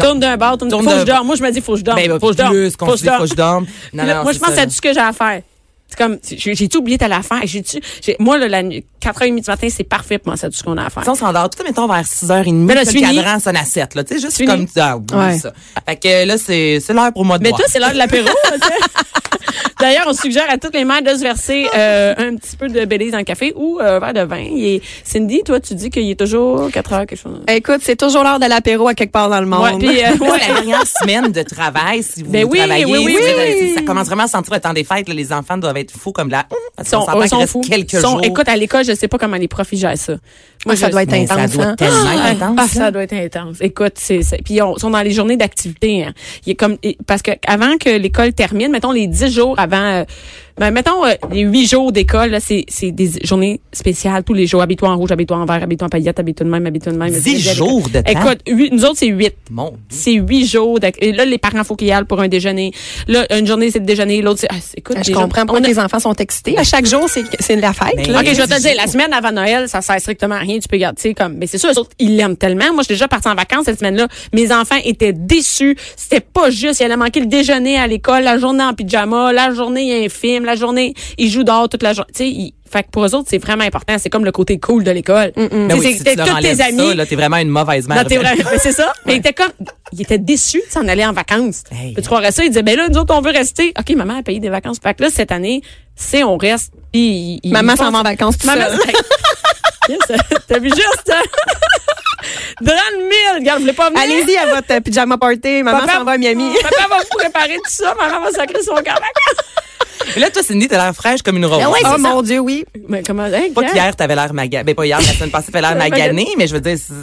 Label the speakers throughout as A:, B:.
A: Tourne d'un bar, tourne,
B: Tourne
A: faut que
B: d'un
A: je dorme. Moi, je me dis, faut que je dorme.
B: Ben, ben,
A: faut que je dorme.
B: plus, qu'on se dit, faut que je dorme. Non,
A: Là,
B: non,
A: moi, je
B: c'est
A: pense
B: ça,
A: à
B: là.
A: tout ce que j'ai à faire. C'est comme, j'ai j'ai tout oublié, t'as l'affaire. J'ai, tout- j'ai- moi, là, la nuit, 4h30 du matin, c'est parfait pour penser à tout ce qu'on a à faire.
B: Si on s'endort, tout mettons vers 6h30,
A: Mais Ben, là,
B: puis
A: c'est
B: le
A: fini.
B: cadran sonne à 7, là, tu sais, juste
A: C'est
B: comme
A: fini.
B: ça. Ah, oublie
A: Ouais.
B: ça. Fait que là, c'est c'est l'heure pour moi de
A: Mais
B: boire.
A: toi, c'est l'heure de l'apéro. tu sais. D'ailleurs, on suggère à toutes les mères de se verser euh, un petit peu de Belize dans le café ou euh, un verre de vin. Et Cindy, toi, tu dis qu'il est toujours 4 heures quelque chose.
C: Écoute, c'est toujours l'heure de l'apéro à quelque part dans le
A: Ouais,
C: monde.
A: puis, euh,
B: Moi,
A: ouais.
B: la dernière semaine de travail, si vous
A: Ben oui,
B: travaillez,
A: oui, oui,
B: vous êtes-
A: oui.
B: ça commence vraiment à sentir le temps des fêtes. là. les enfants doivent être fous comme là. Parce
A: Ils
B: qu'on
A: sont,
B: s'entend
A: ils
B: qu'il
A: sont
B: reste
A: fous.
B: quelques
A: Ils sont-
B: jours.
A: Écoute, à l'école, je sais pas comment les profs ils gèrent ça.
C: Moi, ça
A: je-
C: doit être
B: Mais
C: intense.
B: ça doit
C: hein.
B: tellement être
A: Ah,
B: intense.
A: Ah,
B: là.
A: ça doit être intense. Écoute, c'est, c'est- puis on sont dans les journées d'activité. hein. Il est comme et- parce que avant que l'école termine, mettons les 10 jours avant, euh, ben, mettons euh, les 8 jours d'école, là, c'est, c'est des journées spéciales tous les jours. Habille-toi en rouge, habille-toi en vert, habille-toi en paillettes, habille-toi de même, habille-toi de même.
B: 10
A: habille-toi de-
B: jours de temps?
A: Écoute, huit- nous autres c'est 8
B: Mon Dieu.
A: c'est huit jours. d'ac- Et là, les parents faut qu'ils y aillent pour un déjeuner. Là, une journée c'est le déjeuner, l'autre c'est. ah, c'est- écoute,
C: Je
A: les gens-
C: comprends
A: on
C: pourquoi
A: a-
C: tes enfants sont excités. À chaque jour, c'est c'est la fête.
B: Mais-
C: là.
A: OK, je vais te le
B: Dix
A: dire, la
B: jours.
A: semaine avant Noël, ça sert strictement à rien. Tu peux garder, tu sais, comme, mais c'est sûr, eux autres, ils l'aiment tellement. Moi, je suis déjà partie en vacances cette semaine-là. Mes enfants étaient déçus. C'était pas juste. Il allait manquer le déjeuner à l'école, la journée en pyjama, la journée, il y a un film, la journée, ils jouent dehors toute la journée. Tu sais, ils- fait que pour eux autres, c'est vraiment important. C'est comme le côté cool de l'école.
B: Ben
A: Tu sais,
B: oui, si
A: C'était
B: tu leur
A: tous
B: enlèves
A: tes
B: ça,
A: amis.
B: là, t'es vraiment une mauvaise mère.
A: Non, t'es vrai. Mais c'est ça. Mais il était comme, il était déçu de s'en aller en vacances.
B: Hey.
A: Peux-tu croirais ça? Il disait, ben là, nous autres, on veut rester. OK, maman a payé des vacances. Fait que là, cette année, c'est on reste. Puis, il- il-
C: Maman
A: il
C: s'en
A: pense-
C: va en vacances tout
A: Maman,
C: seul.
A: Yes, T'as vu juste? hein? Dans le mille. Regarde, vous voulez pas venir?
C: Allez-y à votre euh, pyjama party. Maman
A: Papa-
C: s'en va à Miami.
A: Papa va vous préparer tout ça. Maman va sacrer son camp.
B: Et là, toi, Cindy, t'as l'air fraîche comme une rose. Ah,
A: Ben ouais,
C: oh
A: c'est
C: mon Dieu, oui.
A: Mais comment? hein, Hey,
B: Pas
A: Kat.
B: qu'hier, t'avais l'air maganée. Ben, pas hier, la semaine passée, t'avais l'air maganée, mais je veux dire, c'est-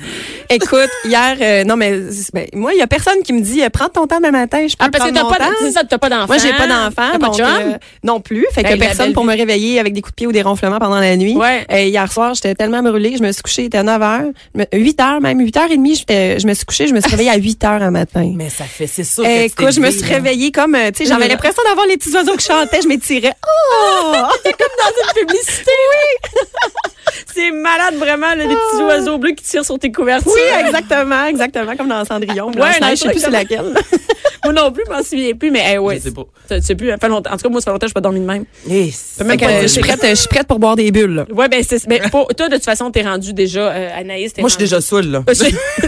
C: Écoute, hier, euh, non mais c'est- ben, moi, il y a personne qui me dit euh, prends ton temps demain matin. Je peux
A: Ah, parce que
C: prendre
A: t'as
C: mon
A: pas,
C: temps.
A: de- c'est ça, t'as pas d'enfant.
C: Moi, j'ai pas d'enfant,
A: T'as pas de
C: donc
A: chum.
C: euh, non plus. Fait que
A: Ben, la
C: personne
A: belle
C: pour me réveiller avec des coups de pied ou des ronflements pendant la nuit.
A: Ouais.
C: Et hier soir, j'étais tellement brûlée, je me suis couchée, il était 9h, 8h même, 8h30, je, euh, je me suis couchée, je me suis réveillée à 8h un matin.
B: mais ça fait, c'est sûr.
A: Eh,
B: que tu t'es
C: Euh, Écoute, je me
B: levée,
C: suis
B: là.
C: réveillée comme, euh, tu sais, j'avais
A: Oui.
C: l'impression d'avoir les petits oiseaux qui chantaient, je m'étirais. Oh!
A: dans une publicité. Oui. c'est malade, vraiment, là, les petits oiseaux bleus qui tirent sur tes couvertures.
C: Ah. oui, exactement, exactement, comme dans Cendrillon. Blanche-Neige,
A: dans-
C: je sais plus c'est laquelle.
A: Moi non plus, je m'en souviens plus, mais hey, ouais.
B: Je sais pas.
A: Tu sais plus, ça fait longtemps. En tout cas, moi, ça fait longtemps que je n'ai pas dormi de même.
B: Eh,
A: même
B: c'est
A: pas
B: pas-
A: dire
C: je
A: j'ai-
C: suis prête, euh, je suis prête pour boire des bulles, là.
A: Ouais, ben, c'est, ben, pour- toi, de toute façon, t'es rendu déjà, euh, Anaïs, t'es
B: Moi, je suis déjà saoule, là.
A: déjà.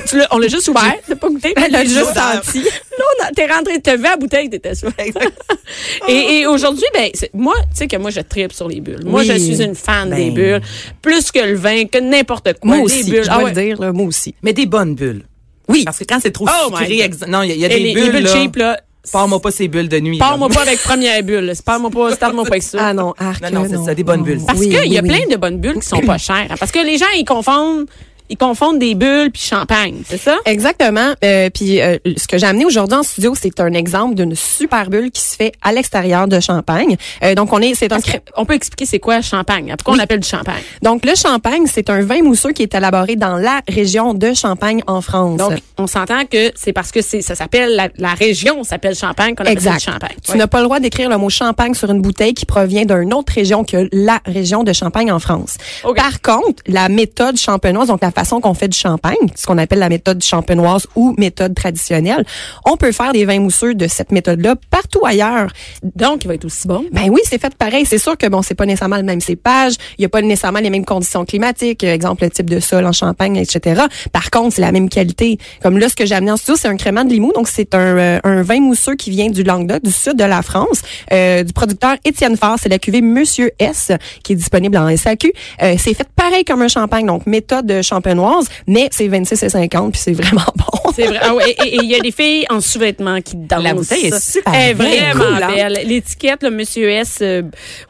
A: tu l'as- on l'a juste ouvert, t'as pas goûté.
C: Elle l'a juste
A: senti. Là, on a- t'es rentré, t'as vu la bouteille, t'étais sûr.
B: Exact.
A: Et, et aujourd'hui, ben, c'est- moi, tu sais que moi, je tripe sur les bulles. Moi,
B: Oui.
A: je suis une fan
B: Ben.
A: des bulles. Plus que le vin, que n'importe quoi.
C: Moi
A: les
C: aussi,
A: bulles.
C: je
A: Ah
C: dois
A: ouais.
C: le dire, là, moi aussi.
B: Mais des bonnes bulles.
C: Oui.
B: Parce que quand c'est trop
A: Oh my
B: sucré,
A: God.
B: exa- non, il y a- il y a
A: Et
B: des
A: les,
B: bulles,
A: les bulles
B: là.
A: cheap, là.
B: Parle-moi pas ces bulles de nuit. là.
A: Parle-moi pas avec première bulle. Parle-moi pas, starte-moi pas avec ça.
C: Ah non, arc,
B: Non, non,
C: là,
B: c'est ça, des bonnes bulles.
A: Parce
C: Oui,
A: qu'il y a
C: oui, oui.
A: plein de bonnes bulles qui sont pas chères. hein. Parce que les gens, ils confondent, ils confondent des bulles puis champagne, c'est ça?
C: Exactement. Euh, puis euh, ce que j'ai amené aujourd'hui en studio, c'est un exemple d'une super bulle qui se fait à l'extérieur de Champagne. Euh, donc on est, c'est un
A: Parce que on peut expliquer c'est quoi champagne. hein. Pourquoi on appelle du champagne?
C: donc le Champagne, c'est un vin mousseux qui est élaboré dans la région de Champagne en France.
A: Donc, on s'entend que c'est parce que c'est, ça s'appelle, la, la région s'appelle champagne qu'on appelle ça
C: Exact.
A: du champagne.
C: Tu
A: Ouais.
C: n'as pas le droit d'écrire le mot champagne sur une bouteille qui provient d'une autre région que la région de Champagne en France.
A: OK.
C: Par contre, la méthode champenoise, donc la façon qu'on fait du champagne, ce qu'on appelle la méthode champenoise ou méthode traditionnelle, on peut faire des vins mousseux de cette méthode-là partout ailleurs.
A: Donc, il va être aussi bon.
C: Ben oui, c'est fait pareil. C'est sûr que bon, c'est pas nécessairement le même cépage. Il y a pas nécessairement les mêmes conditions climatiques. euh, Exemple, le type de sol en Champagne, etc. Par contre, c'est la même qualité. Comme là, ce que j'ai amené en studio, c'est un crément de Limoux. Donc, c'est un, euh, un vin mousseux qui vient du Languedoc, du sud de la France, euh, du producteur Étienne Farr. C'est la cuvée Monsieur S qui est disponible en SAQ. Euh, c'est fait pareil comme un champagne. Donc, méthode champenoise champenoise, mais c'est 26 et 50 puis c'est vraiment bon.
A: C'est vrai. Ah ouais, et- et et il y a des filles en sous-vêtements qui dansent.
B: La bouteille est super
A: Elle est
B: belle.
A: vraiment
B: Cool, hein?
A: belle. L'étiquette, le monsieur S, euh,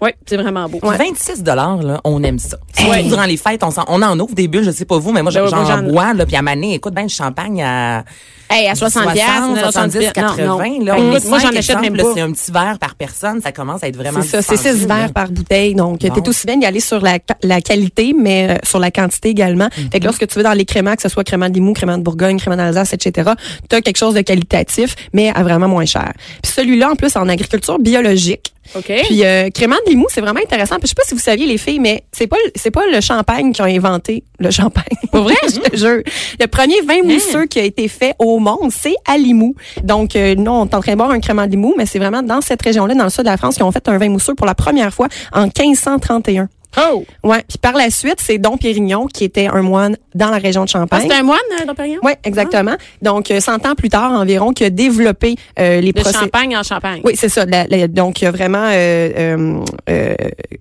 A: ouais, c'est vraiment beau.
B: 26 dollars là, on aime ça.
A: Ouais.
B: Surtout Durant les fêtes, on, s'en- on en ouvre des bulles, je sais pas vous, mais moi
A: Ben
B: j'en
A: ouais, moi, j'en-
B: bois là puis à maner, écoute ben le champagne à
A: Hey, à 60 piastres,
B: 60, 70
A: non,
B: 80
A: non.
B: là,
A: Écoute,
B: on est
A: moi
B: cinq
A: j'en achète
B: exemples,
A: même
B: là,
A: pas.
B: C'est un petit verre par personne, ça commence à être vraiment
C: C'est ça, c'est
B: dispendieux,
C: 6
B: là.
C: verres par bouteille. Donc, euh,
B: Bon.
C: t'es aussi bien d'y aller sur la, la qualité, mais euh, sur la quantité également.
B: Mm-hmm.
C: Fait que lorsque tu veux dans les créments, que ce soit crément de Limoux, crément de Bourgogne, crément d'Alsace, etc., t'as quelque chose de qualitatif, mais à vraiment moins cher. Puis celui-là, en plus, en agriculture biologique.
A: OK.
C: Puis euh, crément de Limoux, c'est vraiment intéressant. Puis je sais pas si vous saviez les filles, mais c'est pas le- c'est pas le champagne qui a inventé le champagne. Pour vrai, je te jure. Le premier
A: Hein?
C: vin mousseux qui a été fait au monde, c'est à Limoux. Donc euh, nous, on est en train de boire un crément de Limoux, mais c'est vraiment dans cette région-là, dans le sud de la France, qu'ils ont fait un vin mousseux pour la première fois en 1531.
A: Oh!
B: Hein?
C: Ouais. Puis par la suite, c'est Dom Pérignon qui était un moine dans la région de
A: Ah,
C: Champagne.
A: c'est un Ah. moine, euh, Dom Pérignon?
C: oui, exactement. Donc, euh, 100 ans plus tard environ, qui a développé euh, les
A: De
C: procédés.
A: champagne en champagne.
C: Oui, c'est ça. La- la- donc, il a vraiment euh, euh, euh,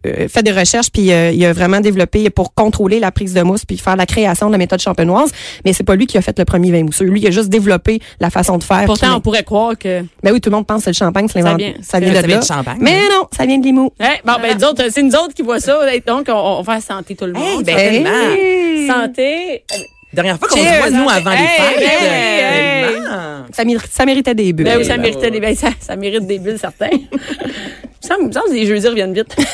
C: euh, fait des recherches, puis euh, il a vraiment développé pour contrôler la prise de mousse, puis faire la création de la méthode champenoise. Mais c'est pas lui qui a fait le premier vin mousseux. Lui, il a juste développé la façon de faire.
A: Pourtant, on
C: puis-
A: pourrait croire que. hein?
C: ben oui, tout le monde pense que c'est le champagne, c'est
A: Ça
C: l'invent-
A: vient-
C: ça vient
B: ça
C: de
B: vient
C: là.
B: de champagne.
C: Mais non, ça vient de Limoux.
A: Hein? Bon, ben, nous autres, c'est nous autres qui voit ça. Et Donc, on, on va santé tout le monde.
B: Hey, ben,
A: Santé.
B: tellement.
A: Santé.
B: Dernière fois qu'on
A: Cheers. hein.
B: se voit nous avant les
A: Hey,
B: fêtes.
A: hey,
B: euh,
A: hey.
B: tellement.
C: Ça, mérite- ça méritait des bulles.
A: Ben oui, ça méritait des, ben, ça, ça mérite des bulles, certains. ça me semble que les jeudis reviennent vite.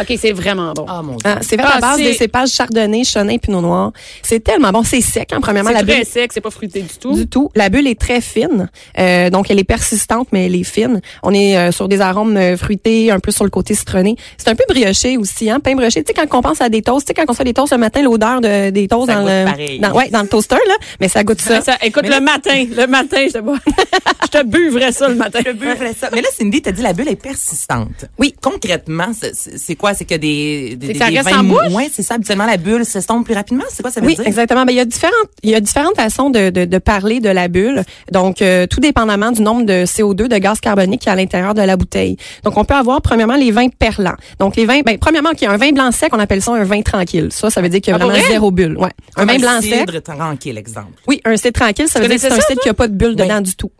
A: OK, c'est vraiment bon.
B: Ah mon dieu.
C: Ah, c'est fait
A: Ah,
C: à base
A: c'est-
C: des cépages chardonnay, chenin, pinot noir. C'est tellement bon. C'est sec, hein, premièrement.
A: c'est
C: La
A: très
C: bulle
A: sec, c'est pas fruité du tout.
C: Du tout. La bulle est très fine. Euh, donc, elle est persistante, mais elle est fine. On est euh, sur des arômes euh, fruités, un peu sur le côté citronné. C'est un peu brioché aussi, hein? Pain brioché. Tu sais, quand on pense à des toasts, tu sais, quand on fait des toasts le matin, l'odeur de, des toasts
B: Ça
C: dans
B: goûte
C: le,
B: pareil.
C: dans, ouais, dans le toaster, là. Mais ça goûte ça.
A: Ça, écoute,
B: Mais
A: le matin, le matin, je te bois. je te buvrais ça le matin.
B: Je buverais ça. Mais là, Cindy, t'as dit la bulle est persistante.
C: Oui.
B: Concrètement, c'est- c'est c'est quoi? C'est que des, des,
A: C'est que ça
B: des
A: reste
B: vins
A: en bouche?
B: mous- Ouais, c'est ça. Habituellement, la bulle s'estompe plus rapidement. C'est quoi ça veut
C: Oui,
B: dire?
C: exactement. Ben, il y a différentes, il y a différentes façons de, de, de parler de la bulle. Donc, euh, tout dépendamment du nombre de CO2, de gaz carbonique qui est à l'intérieur de la bouteille. Donc, on peut avoir premièrement les vins perlants. Donc, les vins, ben, premièrement, qu'il y a un vin blanc sec, on appelle ça un vin tranquille. Ça, ça veut dire qu'il y a
A: Ah, pour
C: vraiment
A: vrai?
C: zéro bulle. Ouais. Un
B: Comme
C: vin blanc sec.
B: cidre tranquille, exemple.
C: Oui, un cidre tranquille, ça veut dire que c'est un
A: connaissais ça,
C: cidre qui a pas de bulle
B: Oui.
C: dedans du tout.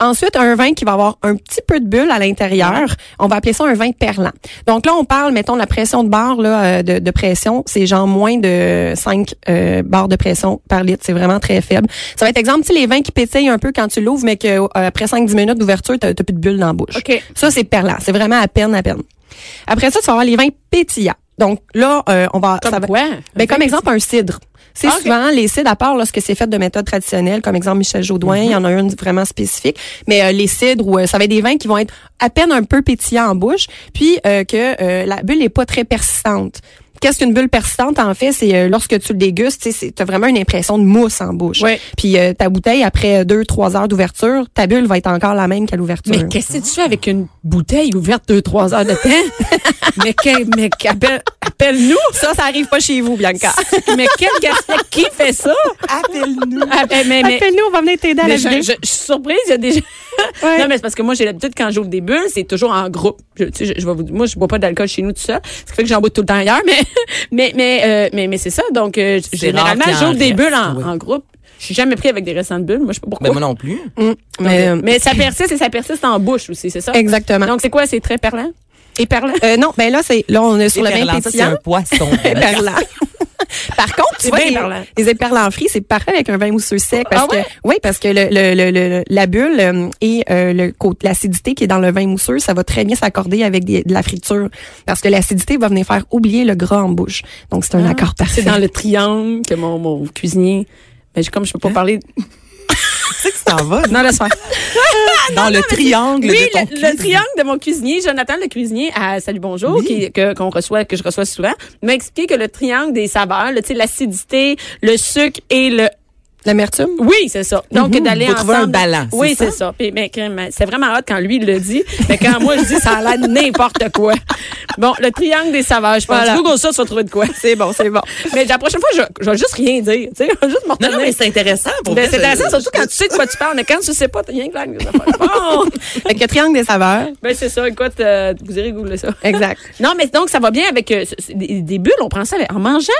C: Ensuite, un vin qui va avoir un petit peu de bulle à l'intérieur, on va appeler ça un vin perlant. Donc là, on parle, mettons, de la pression de barre, là, euh, de, de pression, c'est genre moins de 5 euh, barres de pression par litre. C'est vraiment très faible. Ça va être exemple, tu sais, les vins qui pétillent un peu quand tu l'ouvres, mais que euh, après 5-10 minutes d'ouverture, t'as t'as plus de bulle dans la bouche.
A: OK.
C: Ça, c'est perlant. C'est vraiment à peine, à peine. Après ça, tu vas avoir les vins pétillants. Donc là, euh, on va...
A: Comme
C: ça va-
A: quoi?
C: ben, comme exemple, un cidre. C'est
A: Ah, ok.
C: souvent les cidres, à part lorsque c'est fait de méthodes traditionnelles, comme exemple Michel Jaudoin, il y en a une vraiment spécifique, mais euh, les cidres, où, euh, ça va être des vins qui vont être à peine un peu pétillants en bouche, puis euh, que euh, la bulle n'est pas très persistante. Qu'est-ce qu'une bulle persistante, en fait, c'est euh, lorsque tu le dégustes, tu as vraiment une impression de mousse en bouche.
A: Ouais.
C: Puis euh, ta bouteille, après deux, trois heures d'ouverture, ta bulle va être encore la même qu'à l'ouverture.
A: Mais qu'est-ce que tu fais avec une bouteille ouverte 2-3 heures de temps? mais que- mais qu'appelle- appelle-nous!
C: ça, ça arrive pas chez vous, Bianca.
A: mais quel gaspillage? Qui fait ça?
B: Appelle-nous.
A: Ah, ben, mais, mais-
C: Appelle-nous, on va venir t'aider à la
A: mais je,
C: vider.
A: je- je suis surprise, il y a des gens-
C: Ouais.
A: Non, mais c'est parce que moi, j'ai l'habitude, quand j'ouvre des bulles, c'est toujours en groupe. Je, tu sais, je, je vais vous, moi, je bois pas d'alcool chez nous tout seul. Ce qui fait que j'en bois tout le temps ailleurs, mais, mais, mais, euh, mais, mais c'est ça. Donc, euh,
B: C'est
A: généralement,
B: rare qu'il y en
A: j'ouvre des
B: reste,
A: bulles en,
B: oui.
A: en groupe. Je suis jamais pris avec des restants de bulles. Moi, je sais pas pourquoi.
B: Ben, moi non plus.
C: Mais, euh,
A: mais ça persiste et ça persiste en bouche aussi, c'est ça?
C: Exactement.
A: Donc, c'est quoi? C'est très perlant? Et perlant?
C: Euh, non, ben là, c'est là, on est sur le
B: Et
C: vin
B: Ferland, ça, c'est
C: pétillant.
B: un poisson.
C: éperlant. Par contre, tu
A: C'est
C: vois,
A: bien
C: les,
A: éperlant.
C: les éperlants frits, c'est parfait avec un vin mousseux sec. Parce
A: Ah ouais?
C: que, oui, parce que le, le- le- le- la bulle euh, et euh, le côté- l'acidité qui est dans le vin mousseux, ça va très bien s'accorder avec des- de la friture. Parce que l'acidité va venir faire oublier le gras en bouche. Donc, c'est un accord parfait.
A: Ah. C'est dans le triangle que mon, mon cuisinier. Mais je- comme je peux pas parler.
B: tu sais que tu t'en vas
C: Non, laisse faire.
A: Ah,
B: dans le triangle
A: Oui,
B: de ton
A: le, le triangle de mon cuisinier, Jonathan le cuisinier à Salut Bonjour, qui, que, qu'on reçoit, que je reçois souvent, m'a expliqué que le triangle des saveurs, là, tu sais, l'acidité, le sucre et le
C: L'amertume?
A: Oui, c'est ça. Donc,
B: Mhm.
A: d'aller
B: Faut trouver
A: ensemble.
B: un balance,
A: Oui,
B: c'est
A: c'est ça. Puis, mais, crème, mais c'est vraiment hot quand lui, il le dit. Mais quand moi, je dis, ça a l'air de n'importe quoi. Bon, le triangle des savages. Je pense,
C: Voilà.
A: Google ça, tu vas trouver de quoi.
C: C'est bon, c'est bon.
A: Mais la prochaine fois, je, je vais juste rien dire. Tu sais, je vais juste me
B: Non, non, mais
A: retenir.
B: c'est intéressant pour
A: Ben,
B: vrai,
A: c'est
B: ça-
A: intéressant, surtout quand tu sais de quoi tu parles, mais quand tu sais pas, t'as rien que l'air des affaires. Bon!
C: Fait que triangle des saveurs.
A: Ben, c'est ça, écoute, euh, vous irez googler ça.
C: Exact.
A: Non, mais donc, ça va bien avec euh, c- c- des, des bulles, on prend ça avec- en mangeant.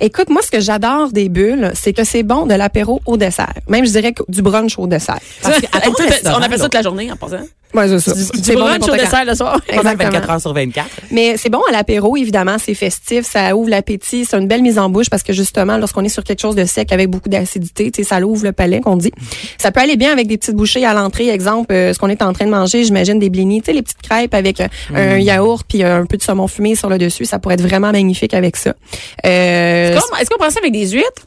C: Écoute, moi, ce que j'adore des bulles, c'est que c'est bon de l'apéro au dessert. Même, je dirais, que du brunch au dessert.
B: Parce que-
A: on,
B: attends,
A: appelle,
B: restaurant,
A: on appelle ça hein, Euh,
B: là.
A: toute la journée, en passant.
C: Ouais, c'est ça.
A: Du brunch au dessert le soir.
B: Pendant
C: Exactement.
B: 24 heures sur 24.
C: Mais c'est bon à l'apéro, évidemment, c'est festif, ça ouvre l'appétit, c'est une belle mise en bouche parce que justement, lorsqu'on est sur quelque chose de sec avec beaucoup d'acidité, tu sais, ça l'ouvre le palais, qu'on dit. Ça peut aller bien avec des petites bouchées à l'entrée, exemple, euh, ce qu'on est en train de manger, j'imagine des blinis, tu sais, les petites crêpes avec euh,
A: Mm.
C: un yaourt puis euh, un peu de saumon fumé sur le dessus, ça pourrait être vraiment magnifique avec ça. Euh,
A: Est-ce qu'on- Est-ce qu'on prend ça avec des huîtres?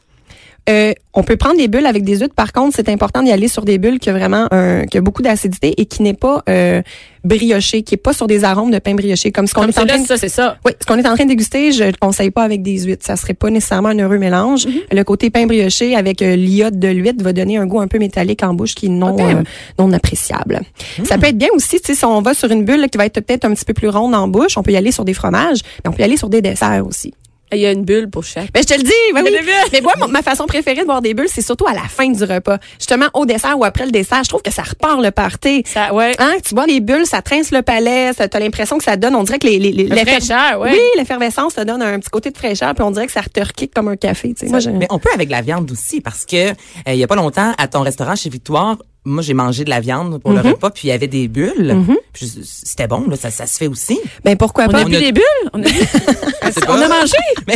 C: euh, on peut prendre des bulles avec des huîtres. Par contre, c'est important d'y aller sur des bulles qui a vraiment un, qui a beaucoup d'acidité et qui n'est pas euh, brioché, qui est pas sur des arômes de pain brioché comme ce qu'on
A: Comme
C: est en
A: ça,
C: train de
A: ça, c'est ça.
C: oui, ce qu'on est en train de déguster, je le conseille pas avec des huîtres. Ça serait pas nécessairement un heureux mélange.
A: Mhm.
C: Le côté pain brioché avec euh, l'iode de l'huître va donner un goût un peu métallique en bouche qui est non,
A: Ok. Mmh.
C: euh, non appréciable. Ça peut être bien aussi, tu sais, si on va sur une bulle là, qui va être peut-être un petit peu plus ronde en bouche, on peut y aller sur des fromages, mais on peut y aller sur des desserts aussi.
A: Il y a une bulle pour chaque.
C: Mais je te le dis, ben oui.
A: Il y a des bulles.
C: Mais moi, mon- ma façon préférée de boire des bulles, c'est surtout à la fin du repas. Justement, au dessert ou après le dessert, je trouve que ça repart le party.
A: Ça, ouais.
C: Hein, tu bois les bulles, ça trince le palais, ça- t'as l'impression que ça donne, on dirait que les, les, les-
A: La
C: l'effer-
A: fraîcheur, ouais.
C: Oui, l'effervescence, ça donne un petit côté de fraîcheur, puis on dirait que ça te rekick comme un café, tu sais.
A: Mm.
C: Moi, j'aime-
B: Mais on peut avec la viande aussi parce que euh, il y a pas longtemps à ton restaurant chez Victoire, moi j'ai mangé de la viande pour
A: Mm-hmm.
B: le repas puis il y avait des bulles. Puis je- C'était bon là, ça, ça se fait aussi.
C: Ben, pourquoi
A: On
C: pas?
A: a
B: on
A: bu
B: a-
A: des bulles? On a,
B: C'est
A: Ah, on
B: pas-
A: a mangé?
B: Mais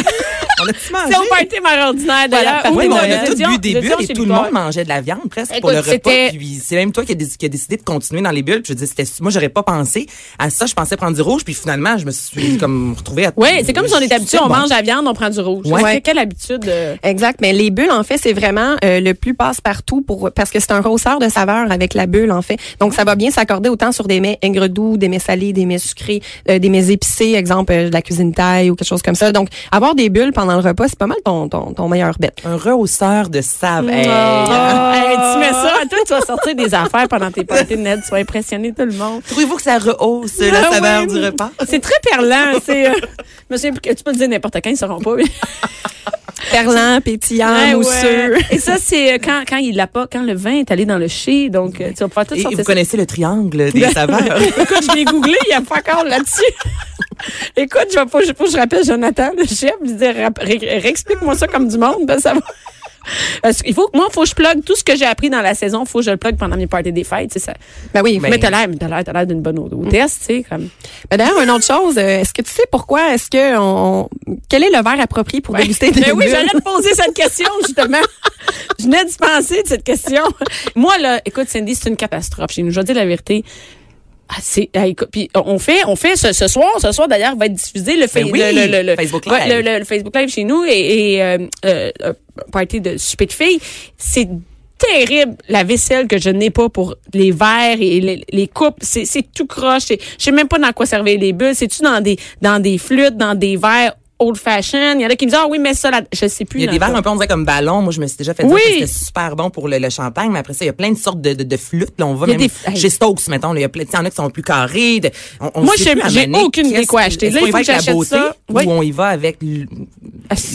B: on a-tu mangé
A: C'est au party ordinaire, d'ailleurs.
B: Oui,
A: Oui,
B: mais on
A: nous
B: a tous
A: étions-
B: bu
A: nous
B: des
A: étions
B: bulles et
A: chez
B: tout le
A: Victoire.
B: monde mangeait de la viande presque pour le
A: Écoute, c'était-
B: repas. Puis c'est même toi qui a, déc- qui a décidé de continuer dans les bulles. Puis je dis, c'était, moi j'aurais pas pensé à ça. Je pensais prendre du rouge. Puis finalement, je me suis comme retrouvée. À...
A: Oui, c'est comme si on est habitué, on
B: bon.
A: mange la viande, on prend du rouge.
B: Ouais.
A: C'est quelle habitude? euh,
C: Exact, mais les bulles en fait, c'est vraiment euh, le plus passe-partout pour parce que c'est un grosseur de saveur avec la bulle en fait. Donc ça va bien s'accorder autant sur des mets aigres doux, des mets salés, des mets sucrés, euh, des mets épicés, exemple euh, de la cuisine thaï ou quelque chose comme ça. Donc avoir des bulles pendant le repas, c'est pas mal ton ton, ton meilleur bête.
B: Un rehausseur de save.
A: Mm.
B: Hey.
A: Ah.
B: hein?
A: Hey, tu mets ça, toi, tu vas sortir des affaires pendant tes parties de net, tu vas impressionner tout le monde.
B: Trouvez-vous que ça rehausse la
A: Ah
B: saveur
A: ouais.
B: du repas?
A: C'est très perlant. C'est, euh, monsieur, tu peux le dire n'importe quand, ils ne sauront pas. mais-
C: Perlant, pétillant,
B: Ah,
A: Ouais,
C: mousseux.
A: ouais. Et ça, c'est euh, quand, quand il l'a pas, quand le vin est allé dans le chai, donc euh, tu vas pouvoir tout
B: Et
A: sortir. ça.
B: vous
A: Ben,
B: connaissez le triangle des saveurs?
A: Écoute, je l'ai googlé, il n'y a pas encore là-dessus. Écoute, je vais pas, je, faut que je rappelle Jonathan, le chef, lui dire, rap- ré- réexplique-moi ça comme du monde, ben ça va. Parce qu'il faut que moi, faut que je plug tout ce que j'ai appris dans la saison, faut que je le plug pendant mes parties des fêtes, tu sais, ça.
C: Ben oui,
A: Mais t'as l'air, mais t'as l'air, t'as l'air d'une bonne hôtesse, tu sais, comme.
C: Ben D'ailleurs, une autre chose, euh, est-ce que tu sais pourquoi est-ce que on, on- quel est le verre approprié pour déguster des
A: Mais Ben oui,
C: bulles?
A: j'allais te poser cette question, justement. je venais dispenser de cette question. Moi, là, écoute, Cindy, c'est une catastrophe chez nous. Je vais dire la vérité. Ah, c'est, ah, écoute, puis on fait, on fait ce, ce soir, ce soir d'ailleurs va être diffusé le, fa-
B: Ben oui,
A: le, le- le- le-
B: Facebook
A: ouais,
B: Live.
A: le- le- le Facebook Live chez nous et, et euh, euh, euh, party de souper de filles. C'est terrible la vaisselle que je n'ai pas pour les verres et les, les coupes. C'est, c'est tout croche. C'est- Je sais même pas dans quoi servir les bulles. C'est-tu dans des, dans des flûtes, dans des verres old fashion? Il y en a qui me disent, ah oui, mais ça, là, je sais plus.
B: Il y a
A: dans
B: des verres
A: quoi.
B: un peu, on dirait comme ballon. Moi, je me suis déjà fait dire
A: Oui.
B: que c'était super bon pour le, le champagne, mais après ça, il y a plein de sortes de, de, de flûtes. Là, on va
A: Il y a
B: même
A: des- hey.
B: chez Stokes, mettons. là, Il y a plein, tu sais, il y en a qui sont plus carrés. de- on- on
A: Moi,
B: sait
A: j'ai-
B: plus à
A: j'ai
B: maner
A: aucune idée
B: qu'est-ce-
A: quoi acheter.
B: est-ce
A: Là,
B: qu'on
A: il
B: y
A: faut
B: va
A: que
B: avec la
A: j'achète
B: beauté
A: ça. Ah, Oui.
B: ou on y va avec l-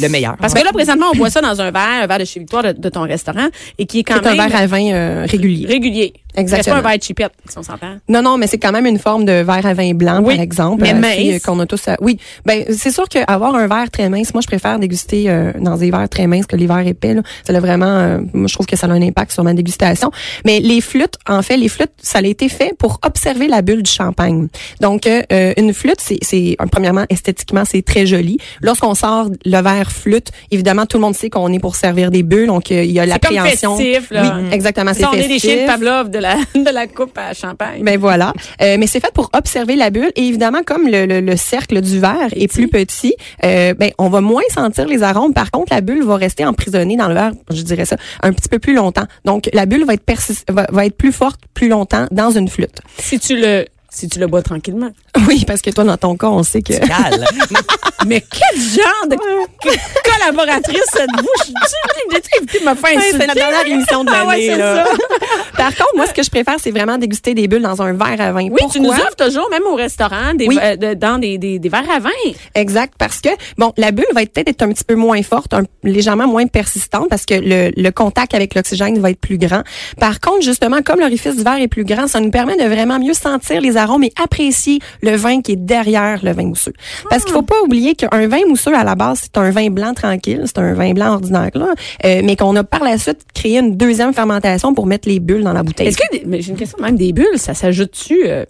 B: le meilleur.
A: Parce que là, présentement, on boit ça dans un verre, un verre de chez Victoire de, de ton restaurant, et qui est quand
C: C'est un
A: même
C: verre à vin euh, régulier.
A: régulier.
C: Exactement.
A: C'est pas un verre chipette, si on s'entend.
C: Non, non, mais c'est quand même une forme de verre à vin blanc,
A: Oui,
C: par exemple.
A: mais
C: euh,
A: mince.
C: c'est, euh, Qu'on a tous. à- Oui, ben c'est sûr qu'avoir un verre très mince, moi je préfère déguster euh, dans des verres très minces que les verres épais. Là. Ça a vraiment, euh, moi je trouve que ça a un impact sur ma dégustation. Mais les flûtes, en fait, les flûtes, ça a été fait pour observer la bulle du champagne. Donc euh, euh, une flûte, c'est, c'est euh, premièrement esthétiquement c'est très joli. Lorsqu'on sort le verre flûte, évidemment tout le monde sait qu'on est pour servir des bulles, donc euh, il y a
A: C'est comme
C: l'appréhension.
A: festif, là.
C: Oui, exactement, c'est
A: Ça, on est des
C: festif.
A: chiens de Pavlov de la, de la coupe à champagne.
C: Ben voilà. Euh, mais c'est fait pour observer la bulle. Et évidemment, comme le, le- le cercle du verre est plus petit, euh, ben, on va moins sentir les arômes. Par contre, la bulle va rester emprisonnée dans le verre, je dirais ça, un petit peu plus longtemps. Donc, la bulle va être, persis- va, va être plus forte plus longtemps dans une flûte.
A: si tu le, si tu le bois tranquillement.
C: Oui, parce que toi, dans ton cas, on sait que...
B: Cal.
A: Mais quel genre de collaboratrice cette bouche? J'ai évité Il m'a fait
C: Ouais, c'est
A: insulter.
C: la dernière émission de
A: Ah ouais,
C: l'année.
A: c'est
C: là.
A: ça.
C: Par contre, moi, ce que je préfère, c'est vraiment déguster des bulles dans un verre à vin.
A: Oui, tu nous
C: Pourquoi?
A: offres toujours, même au restaurant, des,
C: Oui.
A: euh, de- dans des, des, des verres à vin.
C: Exact, parce que bon, la bulle va être peut-être être un petit peu moins forte, un- légèrement moins persistante, parce que le, le contact avec l'oxygène va être plus grand. Par contre, justement, comme l'orifice du verre est plus grand, ça nous permet de vraiment mieux sentir les arômes et apprécier le vin qui est derrière le vin mousseux. Parce qu'il faut pas oublier qu'un vin mousseux à la base, c'est un vin blanc tranquille, c'est un vin blanc ordinaire, là, euh, mais qu'on a par la suite créé une deuxième fermentation pour mettre les bulles dans la bouteille.
A: Est-ce que, des- mais j'ai une question, même des bulles, ça s'ajoute-tu, euh,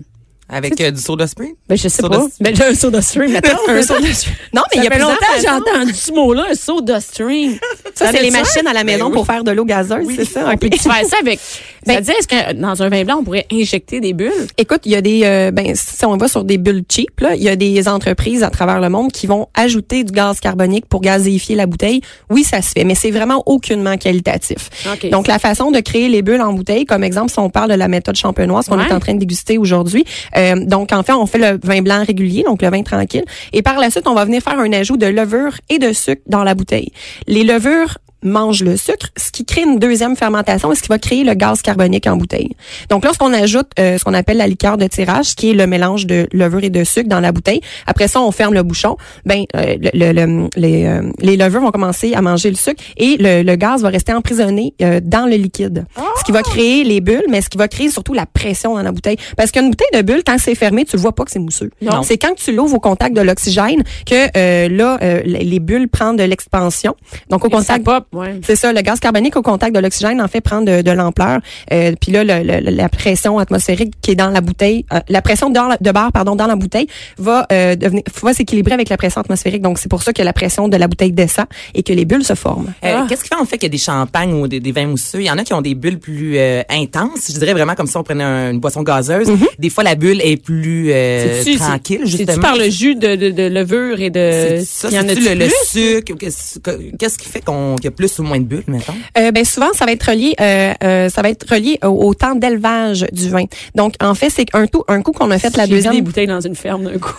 B: Avec euh, du soda spray?
A: ben, je sais
B: Soda
A: pas.
B: stream.
A: Ben, j'ai un soda stream, mettons.
C: Un saut de- Non, mais il y a
A: fait
C: plus
A: longtemps que j'ai entendu ce mot-là, un soda stream.
C: Ça, c'est les
A: machines.
C: machines à la maison
B: oui.
C: pour faire de l'eau gazeuse, c'est ça?
A: Ben On
C: ok.
A: peut faire ça avec. C'est-à-dire, est-ce que euh, dans un vin blanc, on pourrait injecter des bulles?
C: Écoute, il y a des euh, ben si on va sur des bulles cheap là, il y a des entreprises à travers le monde qui vont ajouter du gaz carbonique pour gazéifier la bouteille. Oui, ça se fait, mais c'est vraiment aucunement qualitatif.
A: OK.
C: Donc la façon de créer les bulles en bouteille, comme exemple si on parle de la méthode champenoise qu'on
A: Ouais.
C: est en train de déguster aujourd'hui, euh, donc en fait on fait le vin blanc régulier, donc le vin tranquille, et par la suite on va venir faire un ajout de levure et de sucre dans la bouteille. Les levures mangent le sucre, ce qui crée une deuxième fermentation et ce qui va créer le gaz carbonique en bouteille. Donc lorsqu'on ajoute euh, ce qu'on appelle la liqueur de tirage, qui est le mélange de levure et de sucre dans la bouteille, après ça on ferme le bouchon, ben euh, le- le- le- les, euh, les levures vont commencer à manger le sucre et le, le gaz va rester emprisonné euh, dans le liquide. Ce qui va créer les bulles, mais ce qui va créer surtout la pression dans la bouteille. Parce qu'une bouteille de bulle, tant que c'est fermé, tu le vois pas que c'est mousseux.
B: Non.
C: C'est quand tu l'ouvres au contact de l'oxygène que euh, là, euh, les les bulles prennent de l'expansion. Donc au
A: Et ça
C: contact
A: pop, ouais.
C: c'est ça, le gaz carbonique au contact de l'oxygène en fait prend de, de l'ampleur. Euh, puis là, le- le- la pression atmosphérique qui est dans la bouteille, euh, la pression dans la- de barre pardon dans la bouteille va euh, devenir, va s'équilibrer avec la pression atmosphérique. Donc c'est pour ça que la pression de la bouteille descend et que les bulles se forment.
B: Euh,
A: Ah.
B: Qu'est-ce qui fait en fait qu'il y a des champagnes ou des, des vins mousseux? Il y en a qui ont des bulles plus euh, intenses. Je dirais vraiment comme si on prenait un- une boisson gazeuse. Des fois, la bulle est plus euh,
A: Mm-hmm. C'est-tu-
B: tranquille,
A: c'est-
B: justement.
A: C'est-tu par le jus de, de, de levure et de...
B: C'est ça,
A: Il y en a
B: c'est-tu le, le
A: plus?
B: sucre? Qu'est-ce que- qu'est-ce qui fait qu'on qu'il y a plus ou moins de bulles, mettons?
C: Euh, ben souvent ça va être relié euh, euh, ça va être relié au, au temps d'élevage du vin. Donc en fait c'est un tout un coup qu'on a fait la
A: J'ai vu des
C: deuxième
A: bouteilles dans une ferme d'un coup.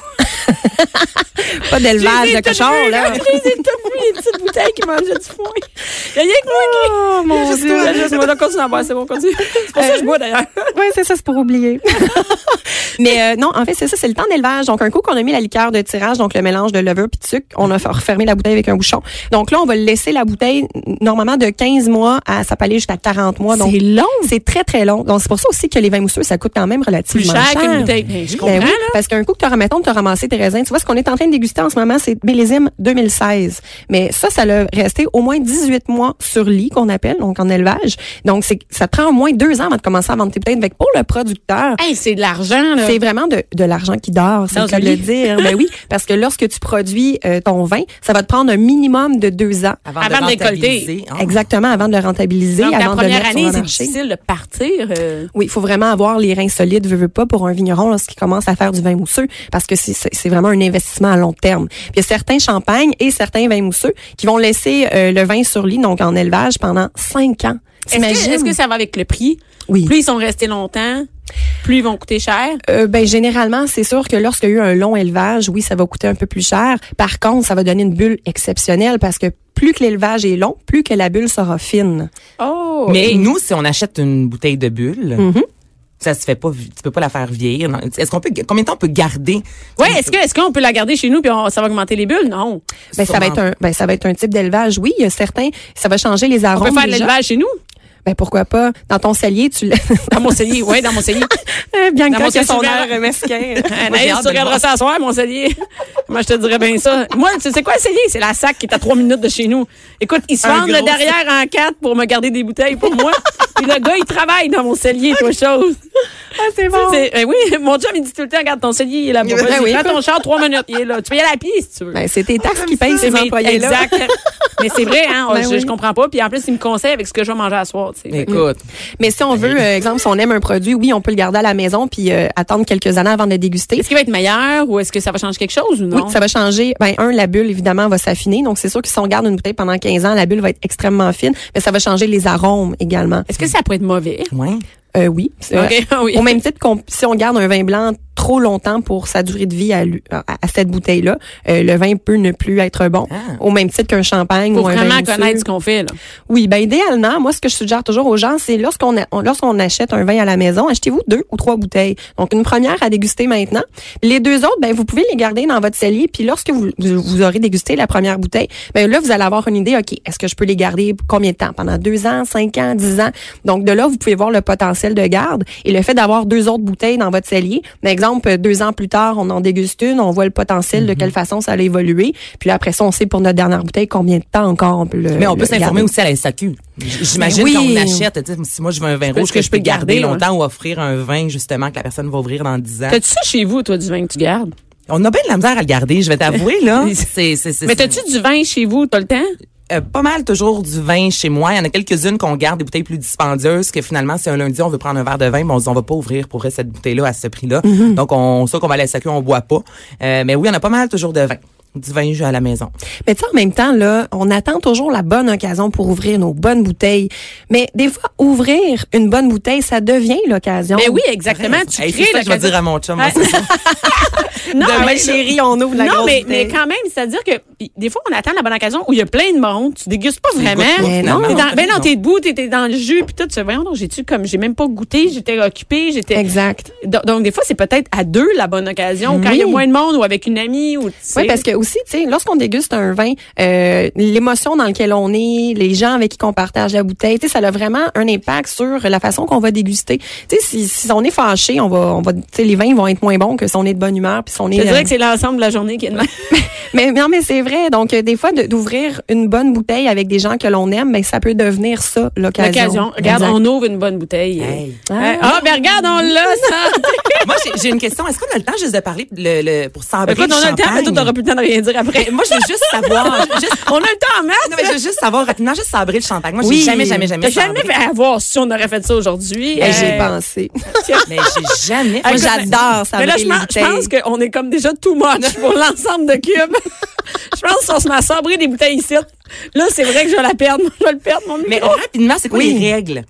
C: pas d'élevage de cochon là.
A: J'ai tout vu, les petites bouteilles qui mangeaient du foin. Il y a rien que moi
C: Oh
A: qui...
C: mon
A: Juste
C: Dieu.
A: toi, juste moi, là, continue à boire, c'est bon, continue. C'est pour ça que je bois, d'ailleurs.
C: Oui, c'est ça, c'est pour oublier. Mais euh, non, en fait, c'est ça, c'est le temps d'élevage. Donc, un coup qu'on a mis la liqueur de tirage, donc le mélange de levure puis de sucre, on a fa- refermé la bouteille avec un bouchon. Donc là, on va laisser la bouteille n- normalement de 15 mois à ça peut aller jusqu'à 40 mois. Donc,
A: long.
C: c'est très, très long. Donc, c'est pour ça aussi que les vins mousseux, ça coûte quand même
A: Plus
C: relativement
A: cher qu'une bouteille. Ben, je comprends,
C: Ben oui,
A: là.
C: parce qu'un coup que tu ramassé, tu as ramassé tes raisins. Tu vois, ce qu'on est en train de déguster en ce moment, c'est millésime 2016. Mais ça, ça l'a resté au moins 18 mois sur lit, qu'on appelle, donc en élevage. Donc, c'est, ça te prend au moins deux ans avant de commencer à vendre tes peut-être. Pour le producteur,
A: Hey, c'est de l'argent, là.
C: c'est vraiment de, de l'argent qui dort, c'est
A: Dans
C: le cas
A: le
C: de le
A: lit.
C: dire. ben oui, parce que lorsque tu produis euh, ton vin, ça va te prendre un minimum de deux ans.
A: Avant de récolter.
B: rentabiliser, hein?
C: Exactement, avant de le rentabiliser,
A: Ah. Donc, la
C: avant de le
A: première
C: mettre sur
A: année,
C: le
A: c'est
C: marché.
A: difficile de partir. euh,
C: Oui, il faut vraiment avoir les reins solides, veux, veux pas, pour un vigneron lorsqu'il commence à faire du vin mousseux, parce que c'est- c'est c'est vraiment un investissement à long terme. Puis il y a certains champagnes et certains vins mousseux qui vont laisser euh, le vin sur lit, donc en élevage, pendant cinq ans.
A: Est-ce que,
C: T'imagines?
A: est-ce que ça va avec le prix?
C: Oui.
A: Plus ils sont restés longtemps, plus ils vont coûter cher.
C: Euh, ben généralement, c'est sûr que lorsqu'il y a eu un long élevage, oui, ça va coûter un peu plus cher. Par contre, ça va donner une bulle exceptionnelle parce que plus que l'élevage est long, plus que la bulle sera fine.
A: Oh!
B: Mais nous, si on achète une bouteille de bulle,
A: Mm-hmm.
B: ça se fait pas, vi- tu peux pas la faire vieillir. Non. Est-ce qu'on peut, combien de temps on peut garder?
A: Ouais, est-ce que est-ce qu'on peut la garder chez nous puis on- ça va augmenter les bulles Non.
C: Ben, ça va
B: Sûrement.
C: être un, ben, ça va être un type d'élevage. Oui, il y a certains, ça va changer les
A: On
C: arômes.
A: peut faire de
C: déjà.
A: l'élevage chez nous
C: Ben pourquoi pas dans ton cellier tu le
A: Dans mon cellier, ouais, dans mon cellier.
C: bien
A: Dans mon
C: que c'est son
A: cellulaire.
C: air mesquin.
B: j'ai
A: Anaïs,
B: hâte
A: tu
B: de le
A: regarderas
B: voir.
A: ça à soir, mon cellier. Moi, je te dirais bien ça. Moi, tu sais quoi, le cellier? C'est la sac qui est à trois minutes de chez nous. Écoute, ils se
B: Un
A: vendent le
B: gros-
A: derrière en quatre pour me garder des bouteilles pour moi. Puis le gars, il travaille dans mon cellier, toi, chose.
C: ah, c'est bon.
A: C'est- eh oui, mon chum, il dit tout le temps, regarde, ton cellier, il est là-bas.
C: Ben
A: Vas-y,
C: oui,
A: prends
C: écoute.
A: ton char, trois minutes, il est là. Tu peux y aller à pied, si tu veux.
C: Ben, c'est tes taxes qui payent ces
A: Mais-
C: employés là.
A: Exact. Mais c'est vrai, hein.
C: Ben
A: je,
C: oui.
A: je comprends pas. Puis en plus, il me conseille avec ce que je vais manger à soir, tu sais.
B: Écoute.
C: Mais si on veut euh, exemple si on aime un produit, oui, on peut le garder à la maison puis euh, attendre quelques années avant de le déguster.
A: Est-ce qu'il va être meilleur ou est-ce que ça va changer quelque chose ou non?
C: Oui, ça va changer. Ben un la bulle évidemment va s'affiner. Donc c'est sûr que si on garde une bouteille pendant 15 ans, la bulle va être extrêmement fine, mais ça va changer les arômes également.
A: Est-ce que ça pourrait être mauvais?
B: Ouais.
C: Euh, oui, c'est
A: Ok,
C: vrai.
A: oui.
C: Au même titre qu'on si on garde un vin blanc trop longtemps pour sa durée de vie à, lui- à- à cette bouteille-là. Euh, le vin peut ne plus être bon,
B: Ah.
C: au même titre qu'un champagne
A: Faut
C: ou un vin
A: vraiment
C: mousseux.
A: connaître ce qu'on fait, là.
C: Oui, ben idéalement, moi ce que je suggère toujours aux gens, c'est lorsqu'on a- on- lorsqu'on achète un vin à la maison, achetez-vous deux ou trois bouteilles. Donc une première à déguster maintenant, les deux autres, ben vous pouvez les garder dans votre cellier, puis lorsque vous, vous, vous aurez dégusté la première bouteille, ben là vous allez avoir une idée, ok, est-ce que je peux les garder combien de temps Pendant deux ans, cinq ans, dix ans. Donc de là vous pouvez voir le potentiel de garde et le fait d'avoir deux autres bouteilles dans votre cellier. Par exemple, deux ans plus tard, on en déguste une, on voit le potentiel
B: Mhm.
C: de quelle façon ça a évolué, puis là, après ça on sait pour notre dernière bouteille combien de temps encore on peut le
B: Mais on
C: le
B: peut s'informer
C: garder.
B: aussi à la SAQ. J- J'imagine
C: Ben
B: qu'on
C: oui.
B: achète, tu sais, si moi je veux un vin
A: peux-
B: rouge que, je peux garder,
A: ouais.
B: longtemps ou offrir un vin justement que la personne va ouvrir dans 10 ans.
A: T'as-tu ça chez vous, toi, du vin que tu gardes?
B: On a bien de la misère à le garder, je vais t'avouer là. c'est c'est c'est
A: Mais t'as-tu du vin chez vous, t'as le temps?
B: euh, pas mal toujours du vin chez moi. Il y en a quelques-unes qu'on garde des bouteilles plus dispendieuses que finalement, si un lundi on veut prendre un verre de vin, bon, on se dit, on va pas ouvrir pour vrai cette bouteille-là à ce prix-là. Donc, on soit qu'on va à la SAQ, on boit pas. Euh, mais oui, on a pas mal toujours de vin. Du vin à la maison.
C: Mais tu sais, en même temps, là, on attend toujours la bonne occasion pour ouvrir nos bonnes bouteilles. Mais des fois, ouvrir une bonne bouteille, ça devient l'occasion.
A: Mais Ben oui, exactement. Tu
B: Hey, c'est
A: crées
B: ça que je vais dire à mon chum.
A: Ouais. Non, mais-
C: on ouvre
A: non,
C: grosse
A: mais, mais
C: bouteille.
A: quand même, c'est-à-dire que puis, des fois, on attend la bonne occasion où il y a plein de monde, tu dégustes pas vraiment.
B: goûtes pas,
A: T'es
B: finalement.
A: dans- ben non,
B: Non.
A: t'es debout, t'es t'es dans le jus, puis tout, tu fais, voyons, donc, j'ai-tu comme, j'ai même pas goûté, j'étais occupée, j'étais.
C: Exact.
A: Donc, donc, des fois, c'est peut-être à deux la bonne occasion, quand il y a
C: Oui.
A: moins de monde ou avec une amie ou, tu sais.
C: Oui, parce que aussi, tu sais, lorsqu'on déguste un vin, euh, l'émotion dans laquelle on est, les gens avec qui on partage la bouteille, tu sais, ça a vraiment un impact sur la façon qu'on va déguster. Tu sais, si, si on est fâché, on va, on va, tu sais, les vins vont être moins bons que si on est de bonne humeur, puis si on est.
A: je te
C: euh,
A: dirais que c'est l'ensemble de la journée qui est de même.
C: Mais non, mais c'est vrai. Donc, euh, des fois, de- d'ouvrir une bonne bouteille avec des gens que l'on aime, mais ça peut devenir ça, l'occasion.
A: L'occasion. Regarde,
C: Exact.
A: on ouvre une bonne bouteille.
B: Hey.
A: Hein? Ah, ben regarde, on l'a, ça.
B: Moi, j'ai- j'ai une question. Est-ce qu'on a le temps juste de parler le, le- pour sabrer
A: Ben, Écoute,
B: le
A: on a le temps, mais
B: champagne?
A: toi, t'auras plus le temps de rien dire après.
B: Mais Moi, je veux juste savoir. je veux juste-
A: on a le temps en masse.
B: non, mais je veux juste savoir rapidement, juste sabrer le champagne. Moi,
C: Oui.
B: j'ai jamais, jamais, jamais
A: T'as jamais
B: sabré.
A: fait avoir si on aurait fait ça aujourd'hui.
C: Hey, J'y ai
A: Euh,
C: pensé.
B: Mais j'ai jamais fait
C: Moi,
A: écoute,
B: ça.
C: j'adore ça.
A: Mais là, je pense, je pense qu'on est comme déjà too much pour l'ensemble de Cube. je pense qu'on se met à sabrer des bouteilles ici. Là, c'est vrai que je vais la perdre. Je vais le perdre, mon
B: Mais
A: micro.
B: rapidement, c'est quoi
C: Oui.
B: les règles?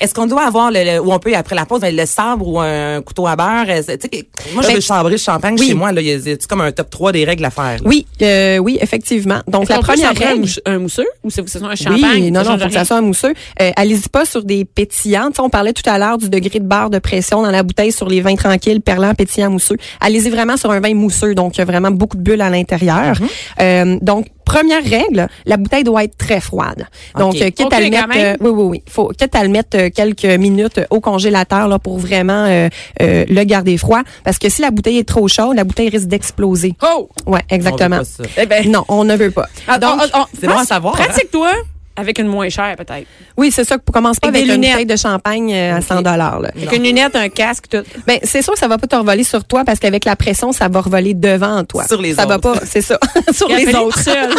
B: Est-ce qu'on doit avoir le, le- ou on peut après la pause ben, le sabre ou un couteau à beurre euh, c'est- tu sais, que- Moi je
C: Ben,
B: veux sabrer le champagne
C: oui.
B: chez moi là, c'est comme un top 3 des règles à faire. là?
C: Oui, euh, oui, effectivement. Donc, la première règle.
A: Un mousseux ou c'est c'est un champagne?
C: Oui, non,
A: ça
C: non,
A: change
C: faut que ça
A: rien.
C: soit un mousseux. Euh, Allez-y pas sur des pétillants. Tu sais, on parlait tout à l'heure du degré de barre de pression dans la bouteille sur les vins tranquilles, perlants, pétillants, mousseux. Allez-y vraiment sur un vin mousseux, donc il y a vraiment beaucoup de bulles à l'intérieur.
A: Mhm.
C: Euh, donc, première règle, la bouteille doit être très froide. Donc,
B: Ok.
C: euh, quitte à
A: Ok,
C: le
A: quand
C: mettre,
A: même.
C: euh, oui, oui, oui, faut quitte à le mettre euh, quelques minutes euh, au congélateur là pour vraiment euh, euh, le garder froid, parce que si la bouteille est trop chaude, la bouteille risque d'exploser.
A: Oh!
C: Ouais, exactement.
B: On veut pas ça.
A: Eh ben, Ah,
C: Non, on ne veut pas.
A: donc,
B: c'est bon à savoir, hein?
A: Pratique-toi avec une moins chère, peut-être.
C: Oui, c'est ça. Commence pas
A: Avec
C: avec,
A: des
C: une
A: lunettes.
C: bouteille de champagne euh, à 100 dollars. là.
A: Avec une lunette, un casque, tout.
C: Ben, c'est sûr que ça va pas te revoler sur toi parce qu'avec la pression, ça va revoler devant toi.
B: Sur les
C: ça
B: autres.
C: va pas, c'est ça. sur les
A: Appelez-vous
C: autres.
A: seul.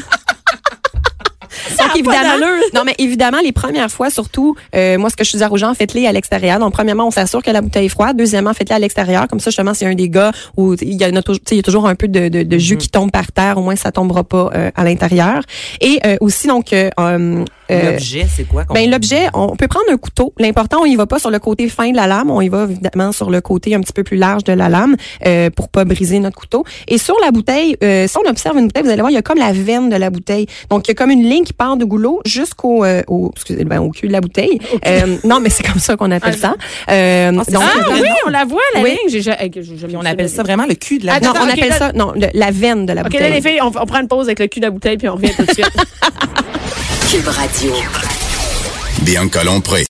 C: Donc, évidemment, non, mais évidemment, les premières fois, surtout, euh, moi, ce que je dis aux gens, faites-les à l'extérieur. Donc, premièrement, on s'assure que la bouteille est froide. Deuxièmement, faites-les à l'extérieur. Comme ça, justement, s'il y a un dégât ou il y, en a toujours- tu sais, il y a toujours un peu de, de- de jus
B: Mhm.
C: qui tombe par terre, au moins, ça tombera pas euh, à l'intérieur. Et euh, aussi, donc, euh, euh, euh,
B: L'objet, c'est quoi qu'on-
C: Ben l'objet, on peut prendre un couteau. L'important, on y va pas sur le côté fin de la lame, on y va évidemment sur le côté un petit peu plus large de la lame euh, pour pas briser notre couteau. Et sur la bouteille, euh, si on observe une bouteille, vous allez voir, il y a comme la veine de la bouteille. Donc il y a comme une ligne qui part du goulot jusqu'au euh, au, excusez, ben, au cul de la bouteille. Euh, non, mais c'est comme ça qu'on appelle ça. Euh,
B: c'est
C: donc,
B: ça?
A: Ah oui, on la voit, la
C: Oui.
A: ligne. J'ai ja- hey, que j'ai jamais
B: Puis on
A: vu ça de
B: appelle
A: ma
B: ça
A: vie.
B: vraiment le cul de la
C: non,
A: Attends,
C: on
A: Ah, ok,
C: appelle
A: là-
C: ça non le- la veine de la
A: OK, là,
C: bouteille.
A: les filles, on, on prend une pause avec le cul de la bouteille, puis on revient tout de suite.
D: Cube Radio.
E: Bianca Lompré.